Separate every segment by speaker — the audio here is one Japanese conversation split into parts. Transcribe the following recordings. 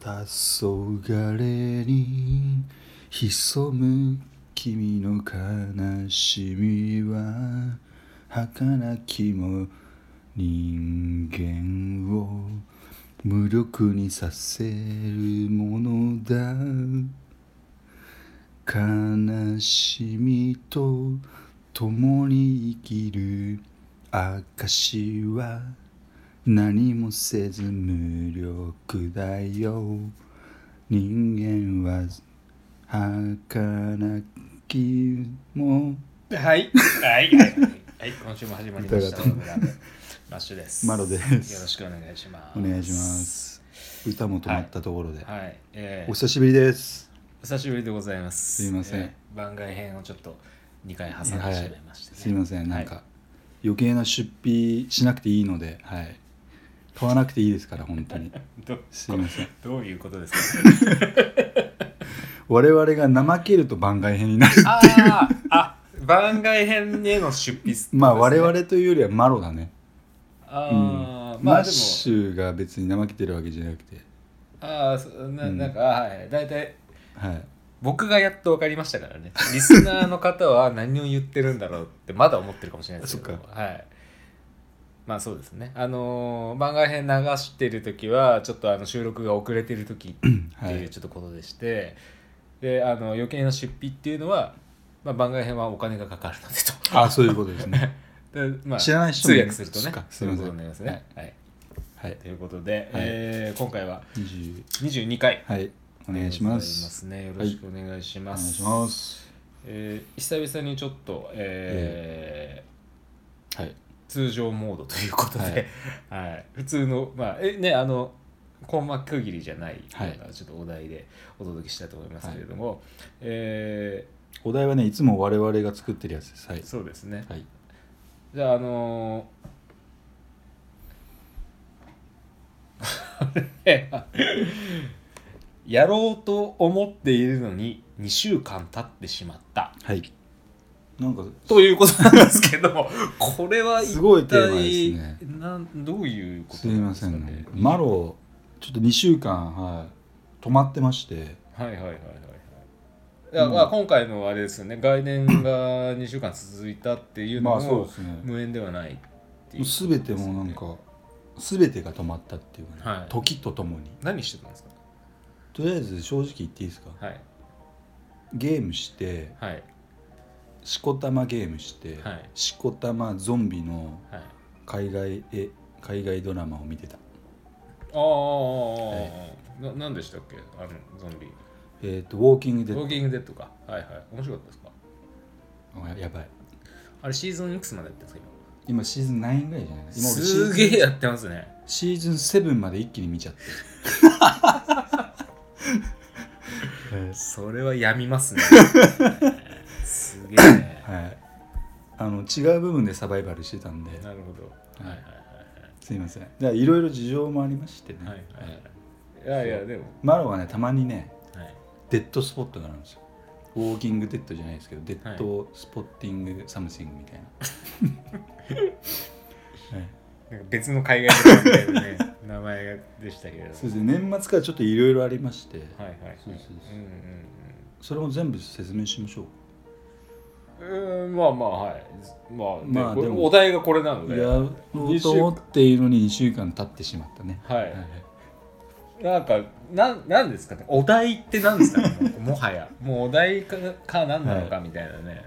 Speaker 1: 黄昏に潜む君の悲しみは儚きも人間を無力にさせるものだ悲しみと共に生きる証は何もせず無力だよ人間は儚きも
Speaker 2: はい、はい、はい、はい、今週も始まりました。
Speaker 1: 歌が
Speaker 2: マドラブマッシュです。
Speaker 1: マロです
Speaker 2: よろしくお願いします。
Speaker 1: お願いしま。す歌も止まったところで、
Speaker 2: はい、え
Speaker 1: お
Speaker 2: ー、
Speaker 1: 久しぶりです
Speaker 2: お久しぶりでございます。
Speaker 1: すいません
Speaker 2: えー番外編をちょっと二回挟んでしまいました、ね
Speaker 1: すいませんなん
Speaker 2: は
Speaker 1: か余計な出費しなくていいので、はい、買わなくていいですから本 当に
Speaker 2: いど
Speaker 1: すいません
Speaker 2: どういうことですか。
Speaker 1: 我々が怠けると番外編になる
Speaker 2: あーあ、番外編への出費、
Speaker 1: まあ我。々というよりはマロだね、
Speaker 2: ああ、
Speaker 1: うん
Speaker 2: ま
Speaker 1: マ
Speaker 2: あ
Speaker 1: ッ
Speaker 2: でも、
Speaker 1: シュが別に怠けてるわけじゃなくて
Speaker 2: ああ、そななんか、はい、だいたい。
Speaker 1: はい
Speaker 2: 僕がやっと分かりましたからねリスナーの方は何を言ってるんだろうってまだ思ってるかもしれないですけど
Speaker 1: そっ
Speaker 2: はいまあそうですねあのー番外編流してる時はちょっとあの収録が遅れてる時って
Speaker 1: は
Speaker 2: いう
Speaker 1: い
Speaker 2: ちょっとことでして、であの余計な出費っていうのは、まあ、番外編はお金がかかるので
Speaker 1: あそういうことですね
Speaker 2: とで、まあ、
Speaker 1: 知らない人
Speaker 2: 通
Speaker 1: もい
Speaker 2: 訳
Speaker 1: る
Speaker 2: すると
Speaker 1: そ
Speaker 2: ね
Speaker 1: っかす
Speaker 2: そう
Speaker 1: い
Speaker 2: いう
Speaker 1: ません
Speaker 2: ことになりますね、はい
Speaker 1: はい
Speaker 2: ということで、えー今回は
Speaker 1: 20
Speaker 2: 22回
Speaker 1: はいお願いします
Speaker 2: でございますねよろしくお願いし
Speaker 1: お
Speaker 2: ま
Speaker 1: 願い
Speaker 2: す、
Speaker 1: します
Speaker 2: えー久々にちょっと、え
Speaker 1: はい
Speaker 2: ー通常モードということ
Speaker 1: は
Speaker 2: で、はい普通のまあえねあのコンマ区切りじゃないようなちょっとお題でお届けしたいと思いますけれども、え
Speaker 1: お題はねいつも我々が作ってるやつですはい
Speaker 2: ー、そうですね
Speaker 1: はい
Speaker 2: じゃああのー やろうと思っているのに2週間経ってしまった
Speaker 1: はいなんか
Speaker 2: ということなんですけ どもこれは
Speaker 1: すごいテーマです
Speaker 2: ねなんどういうこと
Speaker 1: すい
Speaker 2: なん
Speaker 1: ま
Speaker 2: です
Speaker 1: せ
Speaker 2: か
Speaker 1: ん
Speaker 2: ね
Speaker 1: ねマロちょっと2週間はい止まってまして
Speaker 2: はいはいはいはいはいいや、まあ、今回のあれですよね外年が2週間 続いたっていうの
Speaker 1: まあそう
Speaker 2: も
Speaker 1: ですね
Speaker 2: 無縁ではないっていうことですよね、
Speaker 1: 全てもうなんか全てが止まったっていうかね、
Speaker 2: はい
Speaker 1: 時とともに
Speaker 2: 何してたんですか
Speaker 1: とりあえず正直言っていいですか
Speaker 2: はい
Speaker 1: ゲームして
Speaker 2: はい
Speaker 1: しこたまゲームして、
Speaker 2: はい
Speaker 1: しこたまゾンビの
Speaker 2: はい
Speaker 1: 海外え海外ドラマを見てた
Speaker 2: ああ、な何でしたっけあのゾンビ
Speaker 1: えっ、とウォーキングデ
Speaker 2: ウォ
Speaker 1: ッ
Speaker 2: ーキングデッドかはいはい面白かったですか
Speaker 1: ドややばい
Speaker 2: あれシーズンいくつまでやってるんですか
Speaker 1: 今シーズン9ぐらいじゃない今
Speaker 2: 今
Speaker 1: 俺
Speaker 2: す
Speaker 1: シーズン
Speaker 2: げえやってますね
Speaker 1: シーズン7まで一気に見ちゃってる、はい
Speaker 2: それはやみますね。すげえ。
Speaker 1: はい、あの違う部分でサバイバルしてたんで
Speaker 2: なるほど。はいはい
Speaker 1: すいませんじゃあいろいろ事情もありましてね、
Speaker 2: はいはい。はいはい。いやいや、でも。
Speaker 1: マロはねたまにね
Speaker 2: はい。
Speaker 1: デッドスポットがあるんですよウォーキングデッドじゃないですけどデッドスポッティングサムシングみたいな、はい、
Speaker 2: なんか別の海外ドラマみたいなね、名前でしたけれど。
Speaker 1: そうですね年末からちょっといろいろありまして、
Speaker 2: はいはいはい。
Speaker 1: そうそうそうんそれも全部説明しましょう
Speaker 2: うんうん。うーん、まあまあ、はい。まあ、ね
Speaker 1: まあ
Speaker 2: これ
Speaker 1: でも
Speaker 2: お題がこれなので。
Speaker 1: やろうと思っているのに2週間経ってしまったね
Speaker 2: は
Speaker 1: はい
Speaker 2: い。なんか、なん、なんですかね。お題ってなんですか ね。もうもはや。もうお題か、か、なんなのかみたいなね。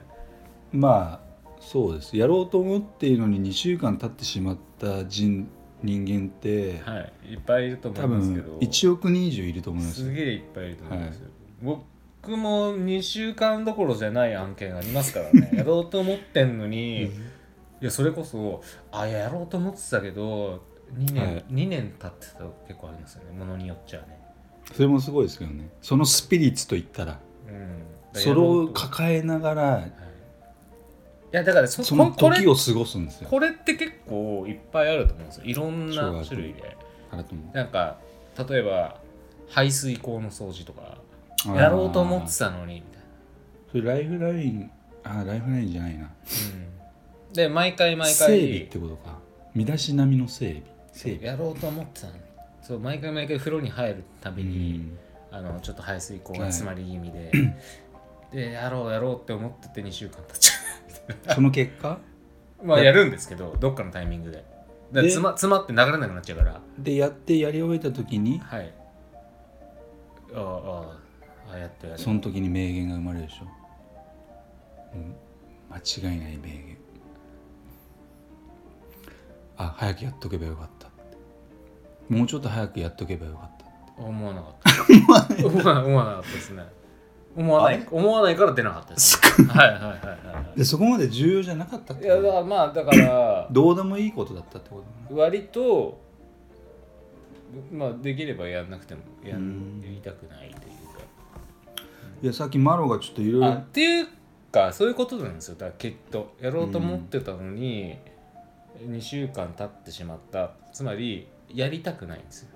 Speaker 1: まあそうですやろうと思っているのに2週間経ってしまった人人間って、
Speaker 2: はい。いっぱいいると思
Speaker 1: 多
Speaker 2: いますけ
Speaker 1: 分
Speaker 2: ど。
Speaker 1: 1億人以上いると思います
Speaker 2: すげえいっぱいいると思いますよ、僕も2週間どころじゃない案件ありますか らねやろうと思ってんのに、いやそれこそあやろうと思ってたけど2年,、
Speaker 1: はい
Speaker 2: 2年経ってたこと結構ありますよねものによっちゃね、
Speaker 1: それもすごいですけどねそのスピリッツといったら
Speaker 2: うん、
Speaker 1: それを
Speaker 2: か
Speaker 1: 抱えながら
Speaker 2: はい、いやだからそ
Speaker 1: その
Speaker 2: ここれ
Speaker 1: 時を過ごすんですよ
Speaker 2: これって結構いっぱいあると思うんですよいろんな種類で
Speaker 1: あらとも
Speaker 2: なんか例えば排水口の掃除とかやろうと思ってたのにみたいな
Speaker 1: それライフラインあライフラインじゃないな
Speaker 2: うんで毎回毎
Speaker 1: 整備っ
Speaker 2: 回
Speaker 1: てことか身だしなみの整備整備
Speaker 2: やろうと思ってたのにそう毎回毎回風呂に入るたび
Speaker 1: う
Speaker 2: に、
Speaker 1: ん
Speaker 2: あのちょっと排水口が
Speaker 1: はい
Speaker 2: 詰まり気味 で、でやろうやろうって思ってて2週間経っちゃ
Speaker 1: その結果
Speaker 2: う まあやるんですけどどっかのタイミングでだから
Speaker 1: で
Speaker 2: 詰ま詰まって流れなくなっちゃうから
Speaker 1: でやってやり終えた時に
Speaker 2: はいああああああやってやる
Speaker 1: その時に名言が生まれるでしょ、うん、間違いない名言あ早くやっとけばよかったってもうちょっと早くやっとけばよかった
Speaker 2: 思わな かった思わない思わなかったですね思わな
Speaker 1: あ
Speaker 2: い思わないから出なかったです、ね、はいはいはいはいは
Speaker 1: でそこまで重要じゃなかったっ
Speaker 2: いい
Speaker 1: て
Speaker 2: や
Speaker 1: こ
Speaker 2: だか
Speaker 1: と
Speaker 2: らまあだから
Speaker 1: どうでもいいことだったってことね
Speaker 2: 割とまあできればやんなくてもやん
Speaker 1: うん
Speaker 2: やりたくないというか
Speaker 1: いやさっきマロがちょっといろい
Speaker 2: あ
Speaker 1: ろ
Speaker 2: っていうかそういうことなんですよだからきっとやろうと思ってたのに、2週間経ってしまったつまりやりたくないんですよ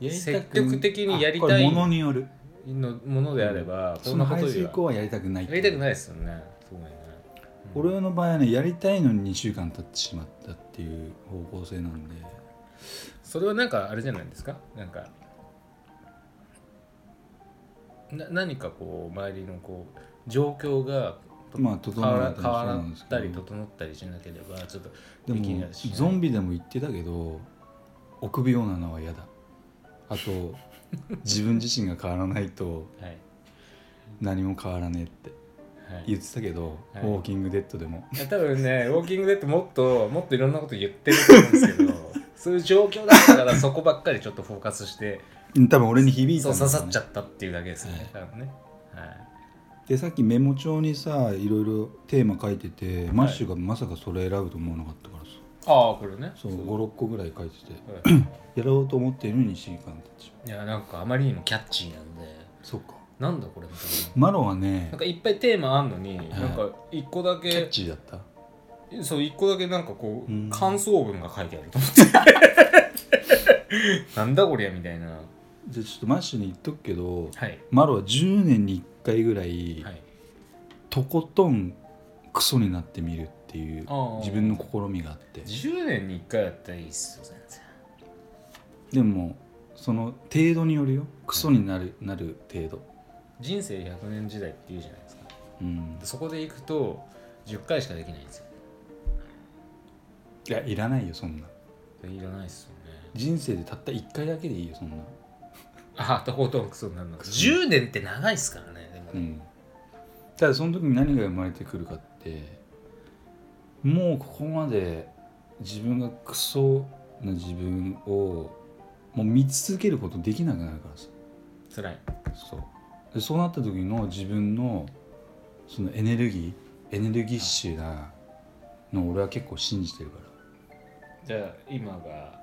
Speaker 1: やりたく
Speaker 2: 積極的にやり
Speaker 1: あこ
Speaker 2: たい
Speaker 1: れものによる
Speaker 2: のものであれば、こ
Speaker 1: そ
Speaker 2: ん
Speaker 1: の
Speaker 2: なこと
Speaker 1: 排
Speaker 2: より
Speaker 1: 水
Speaker 2: は
Speaker 1: 口はやりたくない
Speaker 2: やりたく
Speaker 1: ない
Speaker 2: ないですよねそうね
Speaker 1: 俺の場合はねやりたいのに2週間経ってしまったっていう方向性なんで
Speaker 2: それはなんかあれじゃないですかなんかな何かこう周りのこう状況が
Speaker 1: まあ整
Speaker 2: 変わら
Speaker 1: えたり
Speaker 2: 変
Speaker 1: そう
Speaker 2: わ
Speaker 1: な
Speaker 2: ら
Speaker 1: んです
Speaker 2: っ
Speaker 1: け
Speaker 2: た
Speaker 1: ど
Speaker 2: り整ったりしなければちょっと
Speaker 1: で
Speaker 2: でき
Speaker 1: も
Speaker 2: ないしね
Speaker 1: ゾンビでも言ってたけど臆病なのは嫌だあと 自分自身が変わらないと
Speaker 2: はい
Speaker 1: 何も変わらねえって
Speaker 2: はい
Speaker 1: 言ってたけど、
Speaker 2: はい
Speaker 1: ウォーキングデッドでも
Speaker 2: いや多分ね、ウォーキングデッドもっと もっといろんなこと言ってると思うんです けど、そういう状況だったからそこばっかりちょっとフォーカスして、
Speaker 1: うん多分俺に響いた
Speaker 2: そ
Speaker 1: ん
Speaker 2: う
Speaker 1: だ
Speaker 2: 刺
Speaker 1: ろうね
Speaker 2: さっちゃったっていうだけですね。多分ね。はい。
Speaker 1: でさっきメモ帳にさいろいろテーマ書いてて、マッシュがまさかそれ選ぶと思わなかったからさ
Speaker 2: ああ、これね。
Speaker 1: そう56個ぐらい書いてて
Speaker 2: は
Speaker 1: やろうと思っているに週間たち
Speaker 2: いいや、なんかあまりにもキャッチーなんで、
Speaker 1: そうか
Speaker 2: なんだこれみたい
Speaker 1: マロは
Speaker 2: な。
Speaker 1: ね
Speaker 2: なんかいっぱいテーマあんのに、なんか一個だ
Speaker 1: キャッ
Speaker 2: け、
Speaker 1: チーだった
Speaker 2: そう、一個だけなんかこ
Speaker 1: うん
Speaker 2: う、感想文が書いてあると思 って。なんだこりゃみたいな。は
Speaker 1: じゃあちょっとマッシュに言っとくけど
Speaker 2: い。
Speaker 1: マロは10年に1回ぐらい、
Speaker 2: はい。
Speaker 1: とことんクソになってみるっていう
Speaker 2: あー
Speaker 1: 自分の試みがあって
Speaker 2: 10年に1回やったらいいっすよ、全然。
Speaker 1: でもその程度によるよクソになる,、なる程度
Speaker 2: 人生100年時代って言うじゃないですか
Speaker 1: うん
Speaker 2: そこで行くと10回しかできないんですよ
Speaker 1: いやいらないよそんない
Speaker 2: らないっすよね
Speaker 1: 人生でたった1回だけでいいよそんな
Speaker 2: あとことんクソになるの10年って長いっすからねでも
Speaker 1: う
Speaker 2: ね、
Speaker 1: んただその時に何が生まれてくるかってもうここまで自分がクソな自分をもう見続けることできなくなるからさ
Speaker 2: 辛い
Speaker 1: そうでそうなった時の自分のそのエネルギーエネルギッシュなのを俺は結構信じてるから
Speaker 2: じゃあ今が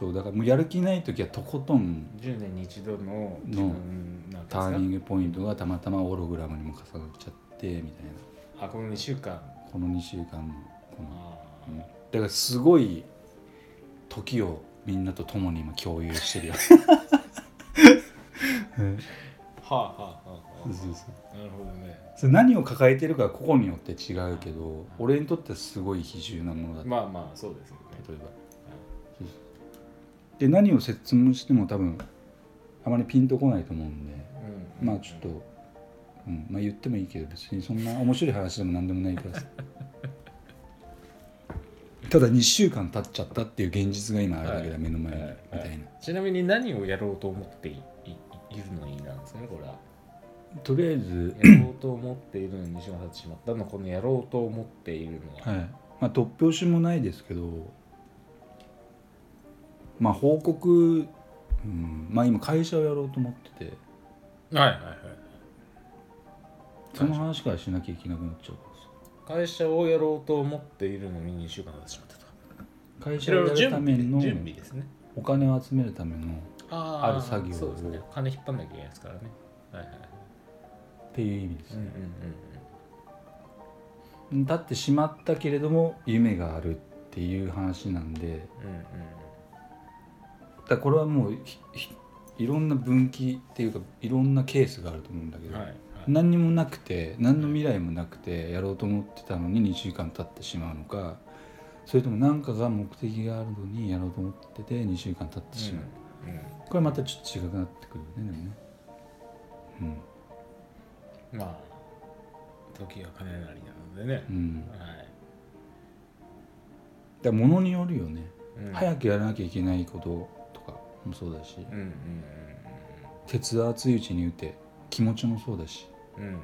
Speaker 1: そうだからもうやる気ない時はとことん
Speaker 2: 10年に一度の
Speaker 1: 自
Speaker 2: 分なん
Speaker 1: ターニングポイントがたまたまオログラムにも重なっちゃってみたいな
Speaker 2: あこの2週間
Speaker 1: この2週間のこの、
Speaker 2: あ
Speaker 1: うんだからすごい時をみんなと共に今共有してるよ
Speaker 2: はあはあは
Speaker 1: そうそうそう
Speaker 2: あなるほどね
Speaker 1: それ何を抱えてるか個々によって違うけど俺にとってはすごい比重なものだった
Speaker 2: まあまあそうですよね
Speaker 1: 例えば、そうそうで何を説明しても多分あまりピンとこないと思うんで
Speaker 2: うん
Speaker 1: まあちょっと、うんまあ、言ってもいいけど別にそんな面白い話でも何でもないからさ ただ2週間経っちゃったっていう現実が今あるだけだ、
Speaker 2: はい
Speaker 1: 目の前に、
Speaker 2: はい
Speaker 1: みたいな
Speaker 2: ちなみに何をやろうと思っていいいいるのになんですかねこれは
Speaker 1: とりあえず、
Speaker 2: やろうと思っているのに西村さんってしまったのこのやろうと思っているのは、
Speaker 1: はいまあ、突拍子もないですけどまあ報告、うん、まあ今会社をやろうと思ってて
Speaker 2: はい、はいはい
Speaker 1: その話からしなきゃいけなくなっちゃうからさ
Speaker 2: 会社をやろうと思っているのに2週間経ってしまったと
Speaker 1: 会
Speaker 2: い
Speaker 1: 社
Speaker 2: ろ
Speaker 1: を
Speaker 2: い
Speaker 1: や
Speaker 2: ろ
Speaker 1: る
Speaker 2: 準
Speaker 1: た
Speaker 2: 備
Speaker 1: め
Speaker 2: で
Speaker 1: の
Speaker 2: 準備ですね
Speaker 1: お金を集めるためのっ
Speaker 2: あ
Speaker 1: ある作業を
Speaker 2: そうですね金引っ張んなきゃいけないですからねはいはいはい
Speaker 1: ていう意味です
Speaker 2: うんうんうん
Speaker 1: 立ってしまったけれども夢があるっていう話なんで
Speaker 2: うんうん
Speaker 1: だからこれはもうひひいろんな分岐っていうかいろんなケースがあると思うんだけ
Speaker 2: うんう
Speaker 1: ど、
Speaker 2: んはいはい
Speaker 1: 何にもなくて何の未来もなくてやろうと思ってたのに2週間経ってしまうのかそれとも何かが目的があるのにやろうと思ってて2週間経ってしまう、
Speaker 2: う
Speaker 1: これまたちょっと違くなってくるよねでもね
Speaker 2: ん、まあ時は金なりなのでね
Speaker 1: う、ん、うん、だか
Speaker 2: はい
Speaker 1: ら物によるよね、
Speaker 2: うん、
Speaker 1: 早くやらなきゃいけないこととかもそうだし、
Speaker 2: うんうん
Speaker 1: 鉄は熱いうちに打て気持ちもそうだし
Speaker 2: うんうんうん
Speaker 1: っ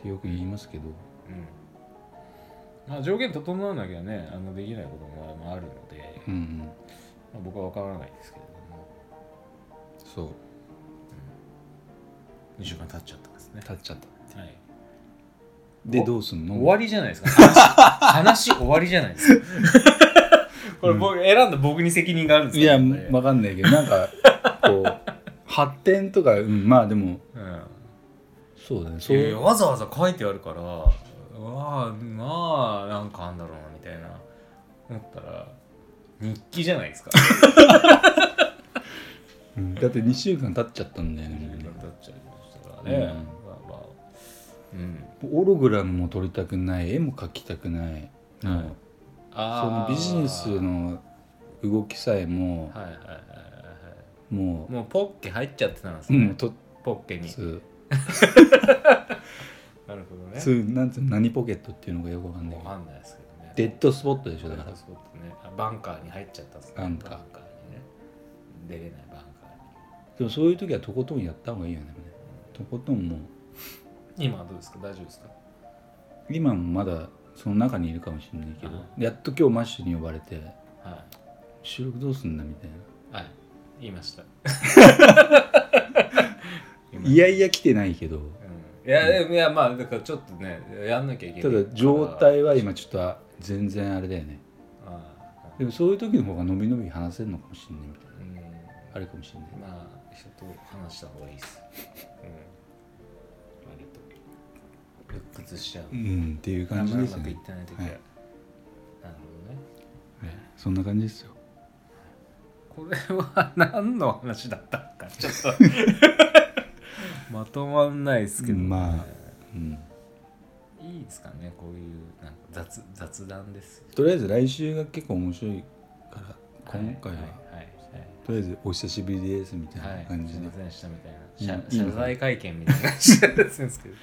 Speaker 1: てよく言いますけど
Speaker 2: うんまあ条件整わなきゃねあのできないこともあるので、
Speaker 1: うんうん
Speaker 2: まあ、僕は分からないですけれども
Speaker 1: そう
Speaker 2: 2週間経っちゃったんですね、
Speaker 1: 立っちゃった
Speaker 2: はい、
Speaker 1: で
Speaker 2: お
Speaker 1: どうすんの
Speaker 2: 終わりじゃないですか話 話終わりじゃないですかこれ僕、選んだ僕に責任があるんです
Speaker 1: い
Speaker 2: けど
Speaker 1: や
Speaker 2: ね
Speaker 1: わかんないけどなんかこ う発展とか、うん、まあでも
Speaker 2: うん
Speaker 1: そうだね
Speaker 2: い
Speaker 1: そう
Speaker 2: やいやわざわざ書いてあるからわあまあなんかあんだろうなみたいな思ったら日記じゃないですか
Speaker 1: うんだって2週間経っちゃったんだよねもう
Speaker 2: 時
Speaker 1: ね
Speaker 2: 間経っちゃいましたからね、
Speaker 1: うん
Speaker 2: まあまあうん
Speaker 1: オログラムも撮りたくない絵も描きたくない、
Speaker 2: はい
Speaker 1: もうそ
Speaker 2: あ
Speaker 1: の
Speaker 2: ー
Speaker 1: ビジネスの動きさえも、
Speaker 2: はいはいはいは
Speaker 1: も
Speaker 2: いもうポッケ入っちゃってたんです
Speaker 1: う、
Speaker 2: ね、
Speaker 1: うん、と
Speaker 2: ポッケに
Speaker 1: つ
Speaker 2: なるほどね
Speaker 1: つなんつうの何ポケットっていうのがよくわかんない
Speaker 2: わ
Speaker 1: けど
Speaker 2: かんないですけどね
Speaker 1: デッドスポットでしょだ
Speaker 2: だか
Speaker 1: から
Speaker 2: らそうだねあバンカーに入っちゃったんですね
Speaker 1: バンカー
Speaker 2: バンカーにね出れないバンカ
Speaker 1: でもそういう時はとことんやった方がいいよねでもねとことんもう
Speaker 2: ーに今はどうですか大丈夫ですか
Speaker 1: 今もまだその中にいるかもしれないけど
Speaker 2: あ
Speaker 1: やっと今日マッシュに呼ばれて
Speaker 2: はい
Speaker 1: 収録どうすんだみたいな
Speaker 2: はい、言い ました。
Speaker 1: いやいや来てないけど
Speaker 2: うん、いや、でもいや、まあ、だからちょっとね、やんなきゃいけない
Speaker 1: た
Speaker 2: から。
Speaker 1: だ状態は今ちょっとあ全然あれだよね
Speaker 2: ああ
Speaker 1: でもそういう時の方が伸び伸び話せるのかもしれないみたいな
Speaker 2: うん、
Speaker 1: あるかもしれない
Speaker 2: まあ、人と話した方がいいです。うん。割と。復活しちゃう。
Speaker 1: うんっていう
Speaker 2: あ
Speaker 1: 感
Speaker 2: ん
Speaker 1: じ
Speaker 2: まり
Speaker 1: で
Speaker 2: う
Speaker 1: す
Speaker 2: まくいっ
Speaker 1: ね
Speaker 2: てない時は。
Speaker 1: はい
Speaker 2: なる
Speaker 1: はいそんな感じですよ
Speaker 2: ほどね。これは何の話だったの か、ちょっと。まとまんないですけど、ね。
Speaker 1: まあうん
Speaker 2: いいですかね、こういうなんか雑雑談です。
Speaker 1: とりあえず来週が結構面白いから今回は
Speaker 2: はい
Speaker 1: とりあえずお久しぶりですみた
Speaker 2: はいはい
Speaker 1: い
Speaker 2: は、
Speaker 1: ない感
Speaker 2: す
Speaker 1: じ
Speaker 2: い
Speaker 1: で
Speaker 2: ませんでしたみたいな
Speaker 1: うんい
Speaker 2: 謝
Speaker 1: いの
Speaker 2: 謝
Speaker 1: かな
Speaker 2: 罪会見みたいな話だったんですけど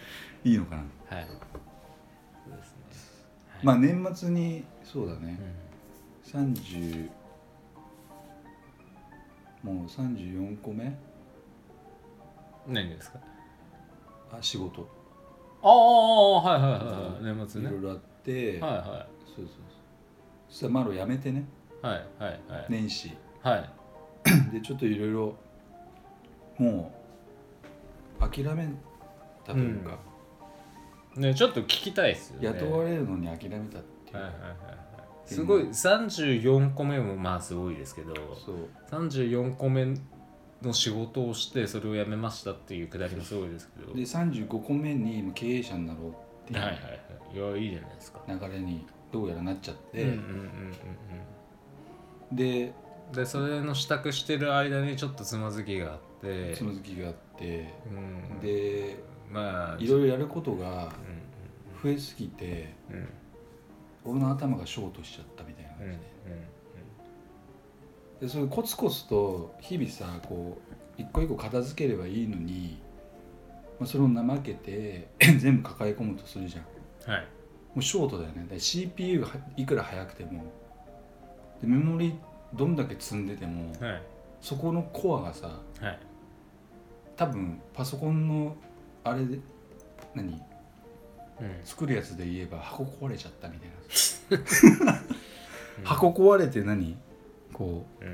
Speaker 1: いいのかな
Speaker 2: はいそうですねはい
Speaker 1: まあ年末にそうだね
Speaker 2: う
Speaker 1: 30もう34個目
Speaker 2: ん何ですか
Speaker 1: あ仕事い
Speaker 2: ああはいはいはいはい年末
Speaker 1: ろ
Speaker 2: ね
Speaker 1: いろあって、
Speaker 2: はい
Speaker 1: そうそうそうそしたらマロ辞めてね
Speaker 2: はいはいはいはい
Speaker 1: 年 始
Speaker 2: はい
Speaker 1: でちょっといろいろもう諦めたというか、
Speaker 2: ねちょっと聞きたいですよね
Speaker 1: 雇われるのに諦めたっていうか、
Speaker 2: はいはいはいはいすごい34個目もまあすごいですけど
Speaker 1: そう
Speaker 2: 34個目の仕事をしてそれを辞めましたっていうくだりもすごいですけど
Speaker 1: で35個目に今経営者になろうってい
Speaker 2: はいは
Speaker 1: う
Speaker 2: いはいいやいいじゃないですか
Speaker 1: 流れにどうやらなっちゃって、
Speaker 2: うんうんうんうん
Speaker 1: で
Speaker 2: うんでそれの支度してる間にちょっとつまずきがあって
Speaker 1: つまずきがあって、
Speaker 2: うん
Speaker 1: で
Speaker 2: まあ
Speaker 1: いろいろやることが
Speaker 2: う
Speaker 1: 増えすぎて
Speaker 2: んうんうん
Speaker 1: 俺の頭がショートしちゃったみたいな
Speaker 2: うん
Speaker 1: 感じで,、でそれコツコツと日々さこう一個一個片付ければいいのに、まあ、それを怠けて 全部抱え込むとするじゃんも
Speaker 2: うんはいう
Speaker 1: ショートだよねだから CPU がいくら速くてもでメモリどんだけ積んでても
Speaker 2: はい
Speaker 1: そこのコアがさ
Speaker 2: はい
Speaker 1: 多分パソコンのあれで何
Speaker 2: うん
Speaker 1: 作るやつで言えば箱壊れちゃったみたいな
Speaker 2: うん
Speaker 1: 箱壊れて何こ
Speaker 2: うん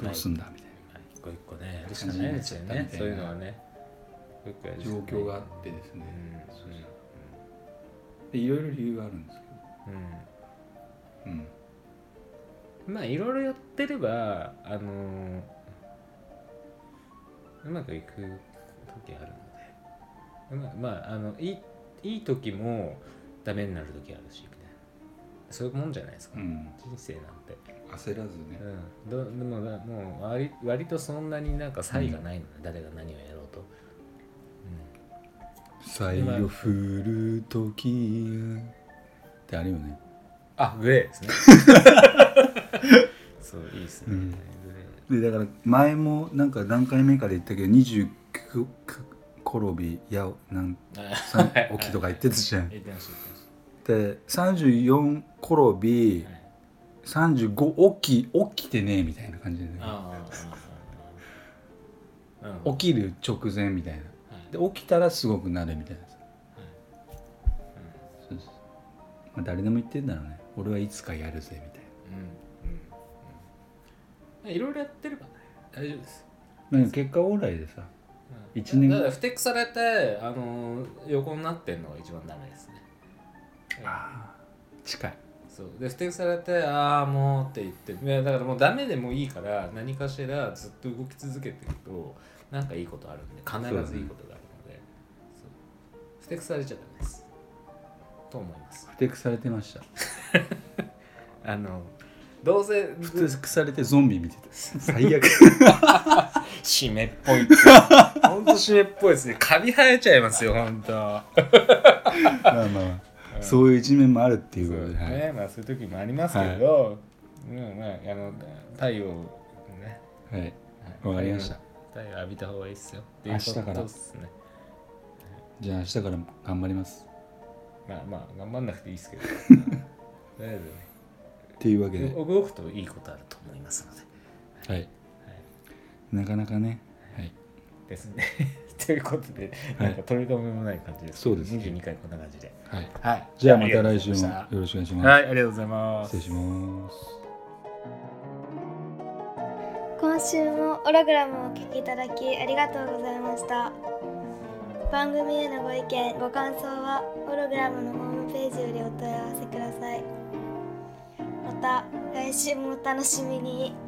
Speaker 1: うどうすんだみたいな
Speaker 2: まあ一個一個ねやるしかないですよ
Speaker 1: 感じになっちゃったみたいな
Speaker 2: ねそういうのはね一個一個やるしか
Speaker 1: 状
Speaker 2: ない
Speaker 1: 況があってです
Speaker 2: う
Speaker 1: ね、
Speaker 2: ん
Speaker 1: そうそうでいろいろ理由があるんです
Speaker 2: うんうん
Speaker 1: けど、うん、
Speaker 2: まあいろいろやってればあのーうまくいく時あるのでまあまああのいいいい時もダメになる時あるしみたいなそういうもんじゃないですか、
Speaker 1: うん、
Speaker 2: 人生なんて、
Speaker 1: 焦らずね、
Speaker 2: うん、どでもだもう割割とそんなになんか差異がないのね、誰が何をやろうと、
Speaker 1: 「さいを振る時が」ってあるよね
Speaker 2: あグ レーですねそういいですね、
Speaker 1: うん
Speaker 2: グレ
Speaker 1: でだから前もなんか何回目かで言ったけど29転びやなん
Speaker 2: ー
Speaker 1: さん起きとか言ってたじゃん
Speaker 2: 言ってました言ってまし
Speaker 1: で34転び
Speaker 2: たはい
Speaker 1: 35起き起きてねみたいな感じで、ね、
Speaker 2: ああああああ
Speaker 1: 起きる直前みたいなで起きたらすごくなるみたいなさ、そうそうまあ、誰でも言ってんだろうね俺はいつかやるぜみたい
Speaker 2: うんうんいろいろやってればね大丈夫です
Speaker 1: ななんか結果往来でさ
Speaker 2: うん
Speaker 1: 一年
Speaker 2: だからふてくされてあのー横になってんのが一番ダメですね
Speaker 1: あー近い
Speaker 2: そうでふてくされてああもうって言っていやだからもうダメでもいいから何かしらずっと動き続けてるとなんかいいことあるんで必ずいいことがあるのでそうふてくされちゃダメですと思います
Speaker 1: ふてくされてました
Speaker 2: あのどうせ
Speaker 1: ふてくされてゾンビ見てた最 悪
Speaker 2: 締めっぽ い本当締めっぽいですねカビ生えちゃいますよ本当
Speaker 1: まあまあそういう一面もあるってい
Speaker 2: そうう
Speaker 1: こと
Speaker 2: で
Speaker 1: で、
Speaker 2: す
Speaker 1: はい
Speaker 2: ね、まあそういう時もありますけど、うんまああの太陽ね
Speaker 1: はい
Speaker 2: はい
Speaker 1: わかりました
Speaker 2: 太陽浴びた方がいいですよってい
Speaker 1: 明
Speaker 2: う
Speaker 1: 日から
Speaker 2: ことですね
Speaker 1: じゃあ明日からも頑張ります
Speaker 2: まあまあ頑張んなくていいですけ どとりあえ
Speaker 1: っていうわけ
Speaker 2: ずね
Speaker 1: で、
Speaker 2: 動くといいことあると思いますので
Speaker 1: はい、なかなかね、はい、
Speaker 2: ですね ということで
Speaker 1: はい
Speaker 2: なんか取り留めもない感じです
Speaker 1: そうですね
Speaker 2: 22回こんな感じで
Speaker 1: はい、
Speaker 2: はい
Speaker 1: じゃあまた来週
Speaker 2: あ
Speaker 1: も
Speaker 2: りが
Speaker 1: よ
Speaker 2: とうございま
Speaker 1: ろしくお願いし
Speaker 2: し
Speaker 1: ます、
Speaker 2: たはいありがとうございます
Speaker 1: 失礼します
Speaker 3: 今週もオログラムをお聞きいただきありがとうございました番組へのご意見ご感想はオログラムのホームページよりお問い合わせくださいまた来週もお楽しみに